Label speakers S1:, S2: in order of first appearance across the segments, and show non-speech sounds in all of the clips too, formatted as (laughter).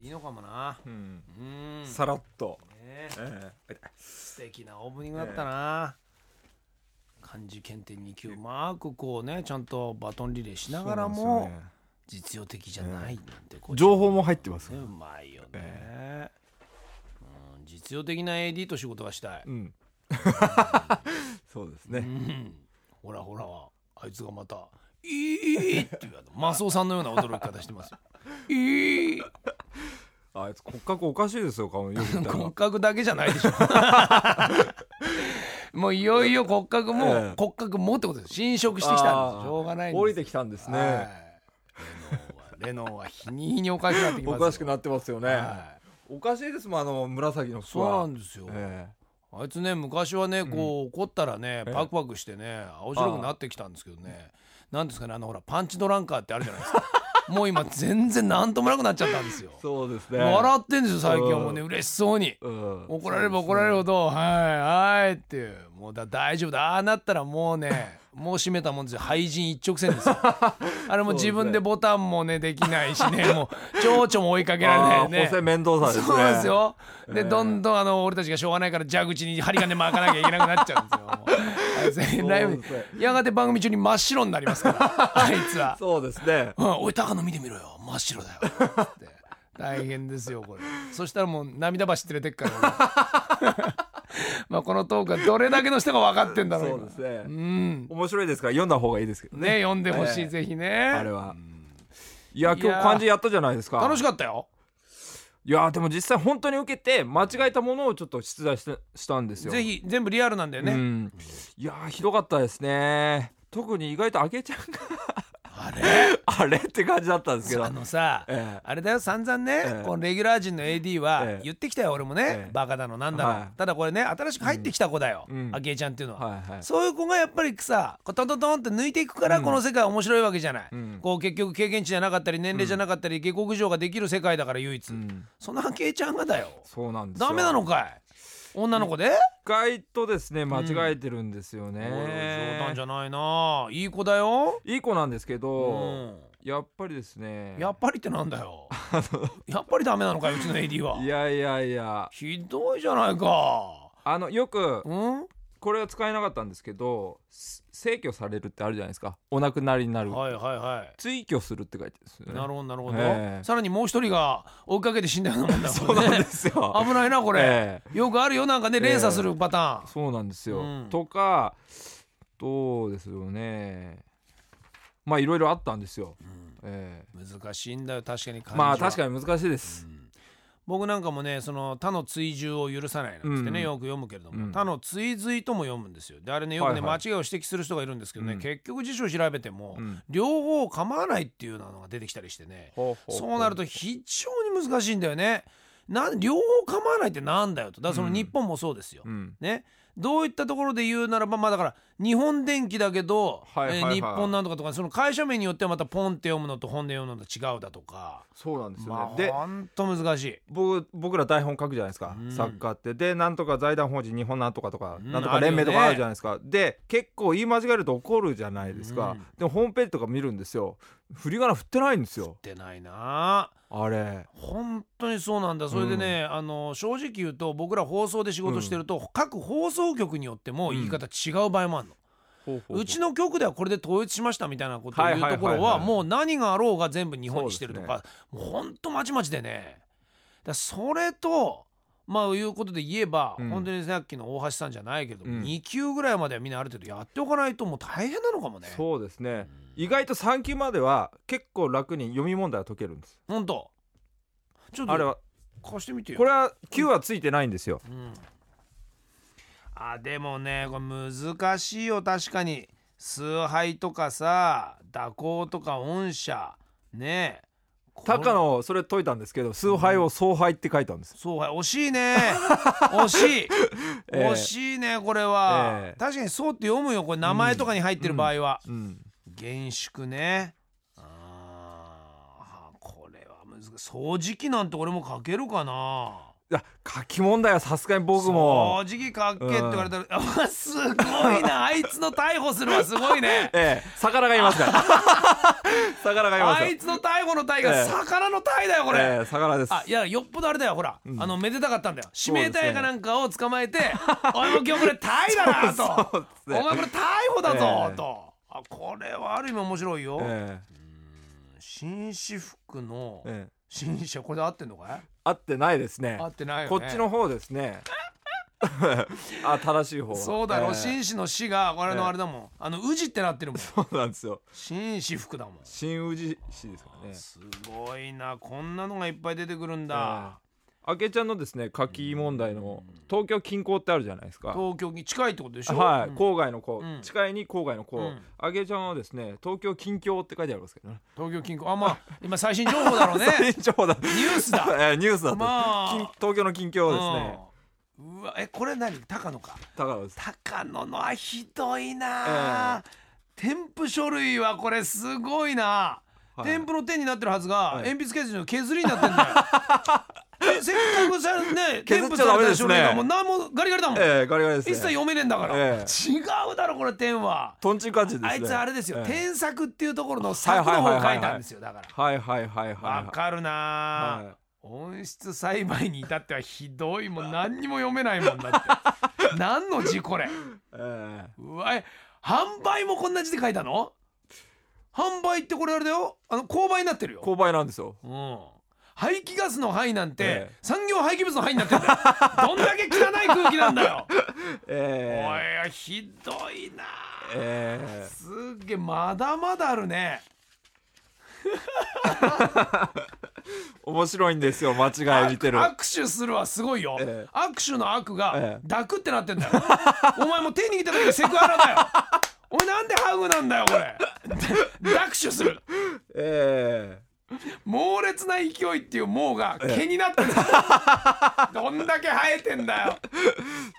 S1: いいのかもな
S2: うん
S1: うーん
S2: さらっと、
S1: ね
S2: ええ
S1: 素敵なオープニングだったな、漢字検定2級うまくこうねちゃんとバトンリレーしながら
S2: そうな
S1: も、
S2: んですよね
S1: 実用的じゃないなんてこう
S2: 情報も入ってます
S1: ねうまいよね、うん、実用的な AD と仕事がしたい、
S2: うん
S1: (laughs)
S2: そうです
S1: う
S2: ね
S1: ん、ほらほらあいつがまた「いい!」って言うあのマスオさんのような驚き方してますよ。いい
S2: あいつ骨格おかしいですよ顔よく見たら
S1: 骨格だけじゃないでし
S2: (laughs)
S1: ょ。もういよいよ骨格も、
S2: ええ
S1: 骨格もってことです侵食してきたんですしょうがないんです
S2: 降りてきたんです
S1: はい
S2: ね
S1: レノンはレノンは日に日におかしくなってきます
S2: お
S1: よ
S2: かしくなってますよね、
S1: はい
S2: おかしいですもんあの紫の服
S1: そうな
S2: は
S1: んですよ、
S2: ええ
S1: あいつね昔はねこう怒ったらね
S2: え
S1: パクパクしてね青白くなってきたんですけどねなんですかねあのほらパンチドランカーってあるじゃないですかもう今全然なんともなくなっちゃったんですよも
S2: (laughs) そうです
S1: う
S2: ね
S1: 笑ってんですよ最近はもうね嬉しそうに
S2: うん
S1: 怒られれば怒られるほど「はいはい」っていうもうだ大丈夫だああなったらもうね (laughs) もう閉めたもんですよ廃人一直線
S2: (laughs)
S1: ですよあれもう自分でボタンもねできないしねもう蝶々も追いかけられないよ
S2: あー
S1: ね
S2: 補正面倒さですね
S1: そうなんですよ。で、
S2: えー
S1: どんどんあの俺たちがしょうがないから蛇口に針金巻かなきゃいけなくなっちゃ
S2: (laughs)
S1: うんですよあいつ。ライ
S2: そう
S1: ブ
S2: ですね
S1: やがて番組中に真っ白になりますから、
S2: (laughs)
S1: あいつは。
S2: そうですね
S1: うん、おい高野見てみろよ真っ白だよ」って大変ですよこれそしたらもう涙橋連れてっから俺 (laughs) まあこのトークはどれだけの人が分かってんだろう
S2: そう
S1: 今
S2: ですね
S1: うん
S2: 面白いですから読んだ方がいいですけどね
S1: ね読んでほしい、
S2: ええ
S1: ぜひ
S2: あれ
S1: ね
S2: はいや
S1: い
S2: 今
S1: や
S2: 日漢字やったじゃないですか
S1: 楽しかったよ
S2: いやでも実際本当に受けて間違えたものをちょっと出題したしたんですよ
S1: ぜひ全部リアルなんだよね、
S2: うん、いやーひどかったですね特に意外とあけちゃんが
S1: あれ
S2: (laughs) あれって感じだったんですけど
S1: あのさ、
S2: ええ
S1: あれだよ散々ね、
S2: ええ
S1: このレギュラー陣の AD
S2: え
S1: は
S2: え
S1: 言ってきたよ俺もね、
S2: ええ
S1: バカだのなんだの、
S2: はい
S1: ただこれね新しく入ってきた子だよ、
S2: うん
S1: あけいちゃんっていうのは、
S2: はいはい
S1: そういう子がやっぱりさこうトントントンって抜いていくからこの世界は面白いわけじゃない、
S2: うん
S1: こう結局経験値じゃなかったり年齢じゃなかったり下克上ができる世界だから唯一、
S2: うん
S1: そのけいちゃんがだよ
S2: そうなんですよ
S1: ダメなのかい女の子で、
S2: 意外とですね間違えてるんです
S1: お
S2: よ
S1: いおい冗
S2: ね
S1: 談じ、ゃないないい子だよ、
S2: いい子なんですけ
S1: う
S2: ど、
S1: ん、
S2: やっぱりですね
S1: やっぱりってなんだ
S2: (laughs)
S1: よやっぱりダメなのかいうちの AD はい
S2: やいやいや
S1: ひどいじゃないか
S2: あのよく
S1: うん
S2: これは使えなかったんですけどす逝去されるってあるじゃないですかお亡くなりになる、
S1: はいはいはい
S2: 追挙するって書いてるんですよね
S1: なるほどなるほど、
S2: ええ
S1: さらにもう一人が追いかけて死んだようなもんだ
S2: (laughs) そ
S1: も
S2: うん
S1: ね
S2: なんで
S1: (laughs)
S2: すよ
S1: 危ないなこれ、
S2: え
S1: よくあるよなんかね
S2: ええ
S1: 連鎖するパターン
S2: え、そうなんですよ、
S1: うん
S2: とかどうですよねまあいろいろあったんですよ、ええ
S1: 難しいんだよ確かに漢字は
S2: まあ確かに難しいです、
S1: 僕なんかもねその他の追従を許さないなんつってね、
S2: うん
S1: よく読むけれども、
S2: うん
S1: 他の追随とも読むんですよであれねよくね、
S2: はいはい
S1: 間違いを指摘する人がいるんですけどね、
S2: うん
S1: 結局辞書を調べても、
S2: うん
S1: 両方構わないっていうのが出てきたりしてね
S2: ほほほ
S1: そうなると非常に難しいんだよねな両方構わないってなんだよとだからその
S2: うん
S1: 日本もそうですよ、
S2: うん
S1: ね、どういったところで言うならばまあだから日本電機だけど、
S2: はいはいはい
S1: えー日本なんとかとかその会社名によってはまたポンって読むのと本で読むのと違うだとか、
S2: そうなんですよね、
S1: まあ
S2: で
S1: ほんと難しい。
S2: 僕僕ら台本書くじゃないですか、
S1: うん
S2: 作家ってでなんとか財団法人日本なんとかとか、
S1: うん
S2: なんとか連盟とか
S1: あ
S2: あ
S1: るよね
S2: るじゃないですか、で結構言い間違えると怒るじゃないですか、
S1: うん
S2: でもホームページとか見るんですよ振り仮名振ってないんですよ
S1: ってないな
S2: あれ
S1: 本当にそうなんだそれでね、あの正直言うと僕ら放送で仕事してると、各放送局によっても言い方違う場合もあるの、うちの局ではこれで統一しましたみたいなことを言うとこ
S2: はいはい
S1: ろ
S2: はい
S1: は
S2: はい
S1: もう何があろうが全部日本にしてるとかもうほんとまちまちでねだからそれとまあいうことで言えば、
S2: うん
S1: 本当にさっきの大橋さんじゃないけど、
S2: うん
S1: 2級ぐらいまではみんなある程度やっておかないともう大変なのかもね
S2: そうですね意外と3級までは結構楽に読み問題は解けるんです
S1: 本当ちょっ
S2: あれ
S1: と
S2: は
S1: 貸してみてよ
S2: これは9はついてないんですよ、
S1: うん、あでもねこれ難しいよ確かに崇拝とかさ蛇行とか恩赦ねえこれ
S2: 高野それ解いたんですけど崇拝を総拝って書いたんです、
S1: そうはい惜しい
S2: (laughs)
S1: ね惜しい、
S2: ええ
S1: 惜しいねこれは、
S2: ええ
S1: 確かにそうって読むよこれ名前とかに入ってる場合は、
S2: うん、
S1: 厳粛ねあーこれは難しい掃除機なんて俺も書けるかな
S2: や書き問題はさすがに僕も
S1: 正直かっけって言われたら、あすごいなあいつの逮捕するはすごいね
S2: (laughs) ええ魚がいますから (laughs) 魚がいます
S1: あ
S2: よ
S1: いつの逮捕の鯛が
S2: ええ
S1: 魚の鯛だよこれ、
S2: ええ魚です
S1: あいやよっぽどあれだよほら、あのめでたかったんだよ指
S2: うですね
S1: 名隊かなんかを捕
S2: (laughs)
S1: まえて「おいもう今日これタイだな」と
S2: そうで
S1: 「
S2: す
S1: お
S2: ね
S1: 前これ逮捕だぞ
S2: え」え
S1: と「あこれはある意味面白いよ」
S2: ええ
S1: 紳士服の
S2: ええ
S1: 紳士はこれで合ってんのかい
S2: 合ってないですね
S1: 合ってないよね
S2: こっちの方です
S1: (laughs)
S2: ねあ正しい方は
S1: そうだろ
S2: ええ
S1: 紳士の士がこれのあれだもんあの宇治ってなってるもん
S2: そうなんですよ
S1: 紳士服だもん
S2: 新宇治市ですからね
S1: すごいなこんなのがいっぱい出てくるんだ
S2: あけちゃんのですね書き問題の東京近郊ってあるじゃないですか
S1: 東京に近いってことでしょ
S2: はい、
S1: うん
S2: 郊外の郊、
S1: うん
S2: 近いに郊外の郊、
S1: うん
S2: あけちゃんはですね東京近郊って書いてありますけどね
S1: 東京近郊あまあ今最新情報だろう
S2: (laughs)
S1: ね
S2: 最近ちょうど
S1: ニュースだ
S2: (laughs) えーニュースだった、
S1: まあ
S2: 近東京の近況ですね、
S1: うんうわえこれ何高野か
S2: 高野です
S1: 高野のはひどいな、添付書類はこれすごいな、
S2: はい
S1: 添付の点になってるはずが、
S2: い
S1: 鉛筆削りの削りになってんだよ
S2: (laughs)
S1: えせっかくさね添
S2: 削
S1: 付
S2: っちゃ
S1: さ
S2: ダ
S1: れ
S2: メ
S1: た
S2: です
S1: 書
S2: ね
S1: 類がもう何もガリガリだもん、
S2: ええガリガリです、ね、
S1: 一切読めねえんだから、
S2: ええ
S1: 違うだろこれ点は、
S2: トンチンカンチンですね
S1: あいつあれですよ、
S2: ええ
S1: 添削っていうところの作の方を書いたんですよだから
S2: はいはいはいはい
S1: わ
S2: は
S1: かるな
S2: あ、
S1: あ、
S2: はい
S1: 温室栽培に至ってはひどいも (laughs) ん何にも読めないもんだって何の字これ
S2: え
S1: うわえ販売もこんな字で書いたの販売ってこれあれだよあの勾配になってる
S2: え
S1: よ、
S2: 勾配なんですよ
S1: うん、排気ガスの範囲なんて、
S2: ええ
S1: 産業廃棄物の範囲になってるんだよ (laughs) どんだけ汚い空気なんだ (laughs) よ、
S2: ええ
S1: おいひどいな
S2: ええ
S1: すっげえまだまだあるね
S2: 面白いんですよ間違い見てる
S1: 握手するはすごいよ、
S2: ええ
S1: 握手の悪
S2: え
S1: が
S2: え
S1: 抱くってなってんだよお前もう手握った時にセクハラだよお前なんでハグなんだよこれ握手する
S2: え
S1: 猛烈な勢いっていう猛が毛になってる、どんだけ生えてんだよ
S2: え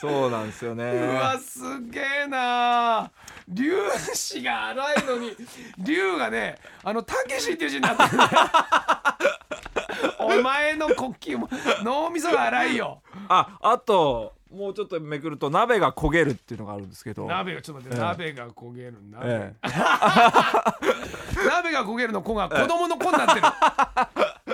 S2: そうなんですよね
S1: うわすげえな竜子が荒いのに竜がねあのたけしっていう字になってるんだよお前の呼吸も脳みそが荒いよ
S2: ああともうちょっとめくると鍋が焦げるっていうのがあるんですけど
S1: 鍋がちょっと待って、
S2: ええ
S1: 鍋が焦げる鍋,、
S2: ええ (laughs)
S1: 鍋が焦げるの子が子供の子にな
S2: (laughs)
S1: ってる、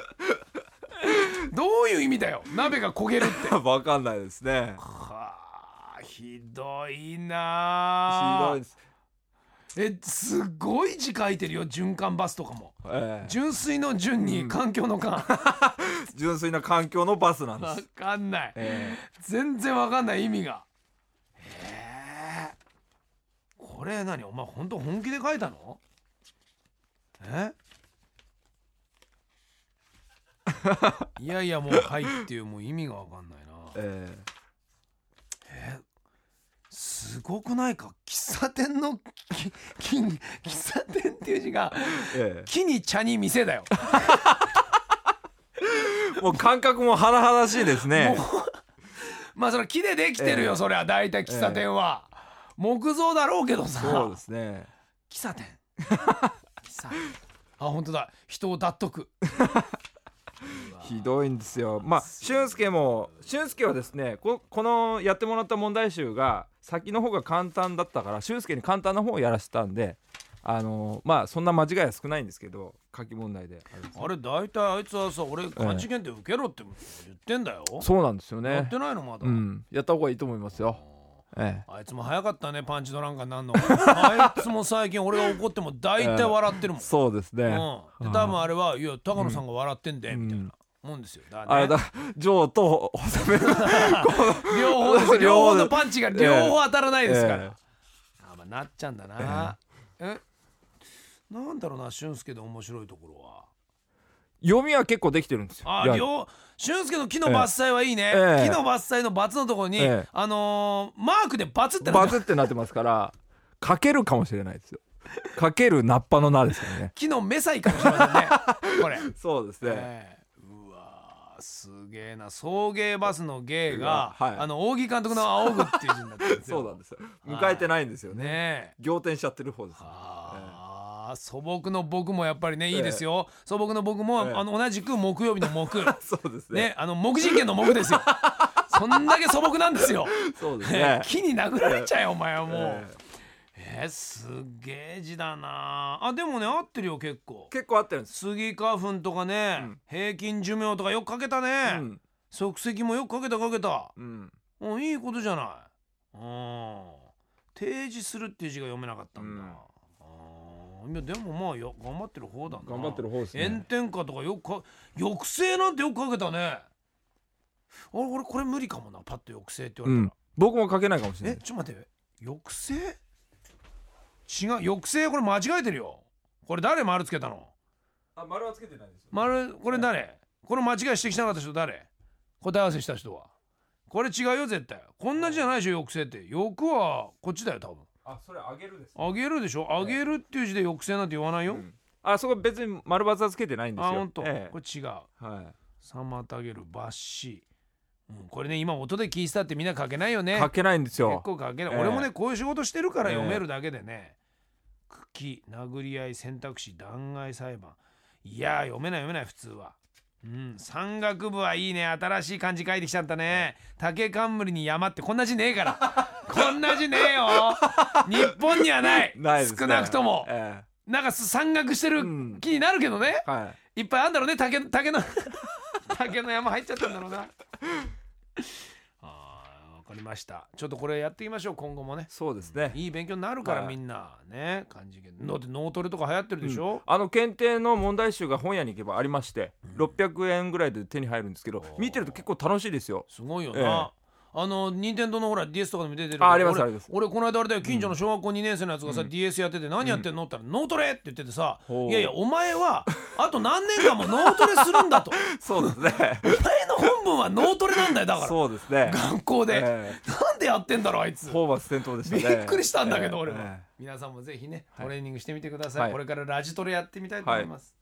S1: どういう意味だよ鍋が焦げる
S2: (laughs)
S1: っては
S2: わかんないですね
S1: あひどい
S2: ひ
S1: な
S2: どいです、
S1: えすごい字書いてるよ循環バスとかも
S2: ええ
S1: 純粋の純に環境の環、
S2: 純粋な環境のバスなんで
S1: わ
S2: す
S1: かんない、
S2: え
S1: 全然わかんない意味がへえこれ何お前本当本気で書いたのえ (laughs) いやいやもう「はい」っていうもう意味がわかんないな
S2: ええ
S1: すごくないか喫茶店のきき喫茶店っていう字が
S2: ええ
S1: 木に茶に店だよ
S2: えもう感覚も甚だしいですね
S1: まあそれは木でできてるよ、
S2: ええ
S1: それは大体喫茶店は、木造だろうけどさ
S2: そうですね
S1: 喫茶店喫茶店あ本当だ人を脱得
S2: ひどいんですよまあ俊介も俊介はですねここのやってもらった問題集が先の方が簡単だったから俊介に簡単な方をやらせたんであのまあそんな間違いは少ないんですけど書き問題であれです
S1: あれ大体あいつはさ俺漢字検定受けろって言ってんだよ、
S2: そうなんですよ
S1: やっ
S2: ね
S1: てないのまだ、
S2: うんやった方がいいと思いますよえ
S1: あいつも早かったねパンチドランカーになんのあいつも最近俺が怒っても大体笑ってるもん、
S2: えそうですね、
S1: うん、で多分あれはいや高野さんが笑ってんで、
S2: うん
S1: みたいなもんですよだから
S2: あ
S1: ね
S2: れだジョーとホセメ
S1: 両方ですよ
S2: 両
S1: 両
S2: 方
S1: 方
S2: で
S1: のパンチが両方当たらないですから、
S2: ええ
S1: あまあなっちゃうんだな、えなんだろうな俊介の面白いところは
S2: 読みは結構できてるんですよ
S1: あ
S2: いや
S1: 両俊介の木の伐採はいいね、
S2: ええ
S1: 木の伐採のバツのところに、
S2: ええ
S1: あのーマークでバツってな
S2: バ
S1: って
S2: ズ
S1: る
S2: ってなってますからかけるかもしれないですよかけるナッパの名ですよね
S1: 木の目さいかもしれません
S2: (laughs)
S1: ねこれ、
S2: そうですね、
S1: ええうわーすげえな送迎バスの芸が、
S2: はい
S1: あの扇監督の仰ぐっていう字になってるんですよ
S2: そうなんですよ迎えてないんですよね、
S1: ねえ
S2: 仰天しちゃってる方ですね
S1: ああー素朴の僕もやっぱりねいいですよ、素朴の僕も、
S2: ええ
S1: あの同じく木曜日の木
S2: (laughs) そうです (laughs) ね
S1: ねあの木人権の木
S2: (laughs)
S1: ですよそんだけ素朴なんですよ、
S2: そうですね
S1: (laughs) 木に殴られちゃえお前はもう、
S2: え
S1: えーすっげえ字だなあでもね合ってるよ結構
S2: 結構合ってるんです、
S1: スギ花粉とかね、
S2: うん
S1: 平均寿命とかよくかけた
S2: う
S1: ね、
S2: ん
S1: 即席もよくかけたかけた
S2: うん
S1: うんいいことじゃないうん提示するっていう字が読めなかったんだ、うん、いやでもまあよ頑張ってる方だな
S2: 頑張ってる方です
S1: 炎
S2: ね
S1: 天下とかよくか抑制なんてよくかけたねあれ俺これ無理かもなパッと抑制って言わ
S2: う
S1: れたら、
S2: ん僕も書けないかもしれな
S1: え
S2: い
S1: ちょっと待って抑制違う抑制これ間違えてるよこれ誰丸つけたの
S2: あ丸はつけてないんですよ
S1: 丸これ誰この間違いしてきなかった人誰答え合わせした人はこれ違うよ絶対こんな字じゃないでしょ抑制って欲はこっちだよ多分
S2: あそれあげるです
S1: あげるでしょあげるっていう字で抑制なんて言わないよ、
S2: あそこ別に丸バツはつけてないんですよ
S1: あ本当、
S2: ええ
S1: これ違う
S2: は
S1: 妨げる罰し、うん、これね今音で聞いてたってみんな書けないよね
S2: い書けないんですよ
S1: 結構書けない、
S2: ええ
S1: 俺もねこういう仕事してるから
S2: ええ
S1: 読めるだけでね、茎殴り合い選択肢弾劾裁判いやー読めない読めない普通はうん山岳部はいいね新しい漢字書いてきちゃったね竹冠に山ってこんな字ねえから
S2: (laughs)
S1: こんな字ねえよ日本にはない
S2: (laughs) ないですね
S1: 少なくとも
S2: え
S1: なんか山岳してる
S2: うん
S1: 気になるけどね、
S2: えはい
S1: いっぱいあんだろうね竹竹の (laughs) 竹の山入っちゃったんだろ
S2: (laughs)
S1: うなあーわかりましたちょっとこれやっていきましょう今後もね
S2: そうですね
S1: いい勉強になるから
S2: はい
S1: みんなね漢字圏だって脳トレとか流行ってるでしょ、
S2: あの検定の問題集が本屋に行けばありまして、600円ぐらいで手に入るんですけど見てると結構楽しいですよ
S1: すごいよな、あの任天堂のほら DS とかでも出てるけど
S2: ああります
S1: 俺
S2: あります
S1: 俺この間あれだよ近所の小学校2年生のやつがさ、DS やってて何やってんのって言ったら「脳トレ!」って言っててさ「
S2: ほう
S1: いやいやお前はあと何年間も脳トレするん
S2: (laughs)
S1: だ」と「
S2: そうですね
S1: お前の本分は脳トレなんだよだから
S2: そうですね
S1: 学校で、
S2: え
S1: なんでやってんだろうあいつ
S2: えホーバス戦闘でした
S1: び
S2: ね
S1: っくりしたんだけど俺も
S2: ええ
S1: 皆さんもぜひね
S2: い
S1: トレーニングしてみてください、
S2: はい
S1: これからラジトレやってみたいと思います、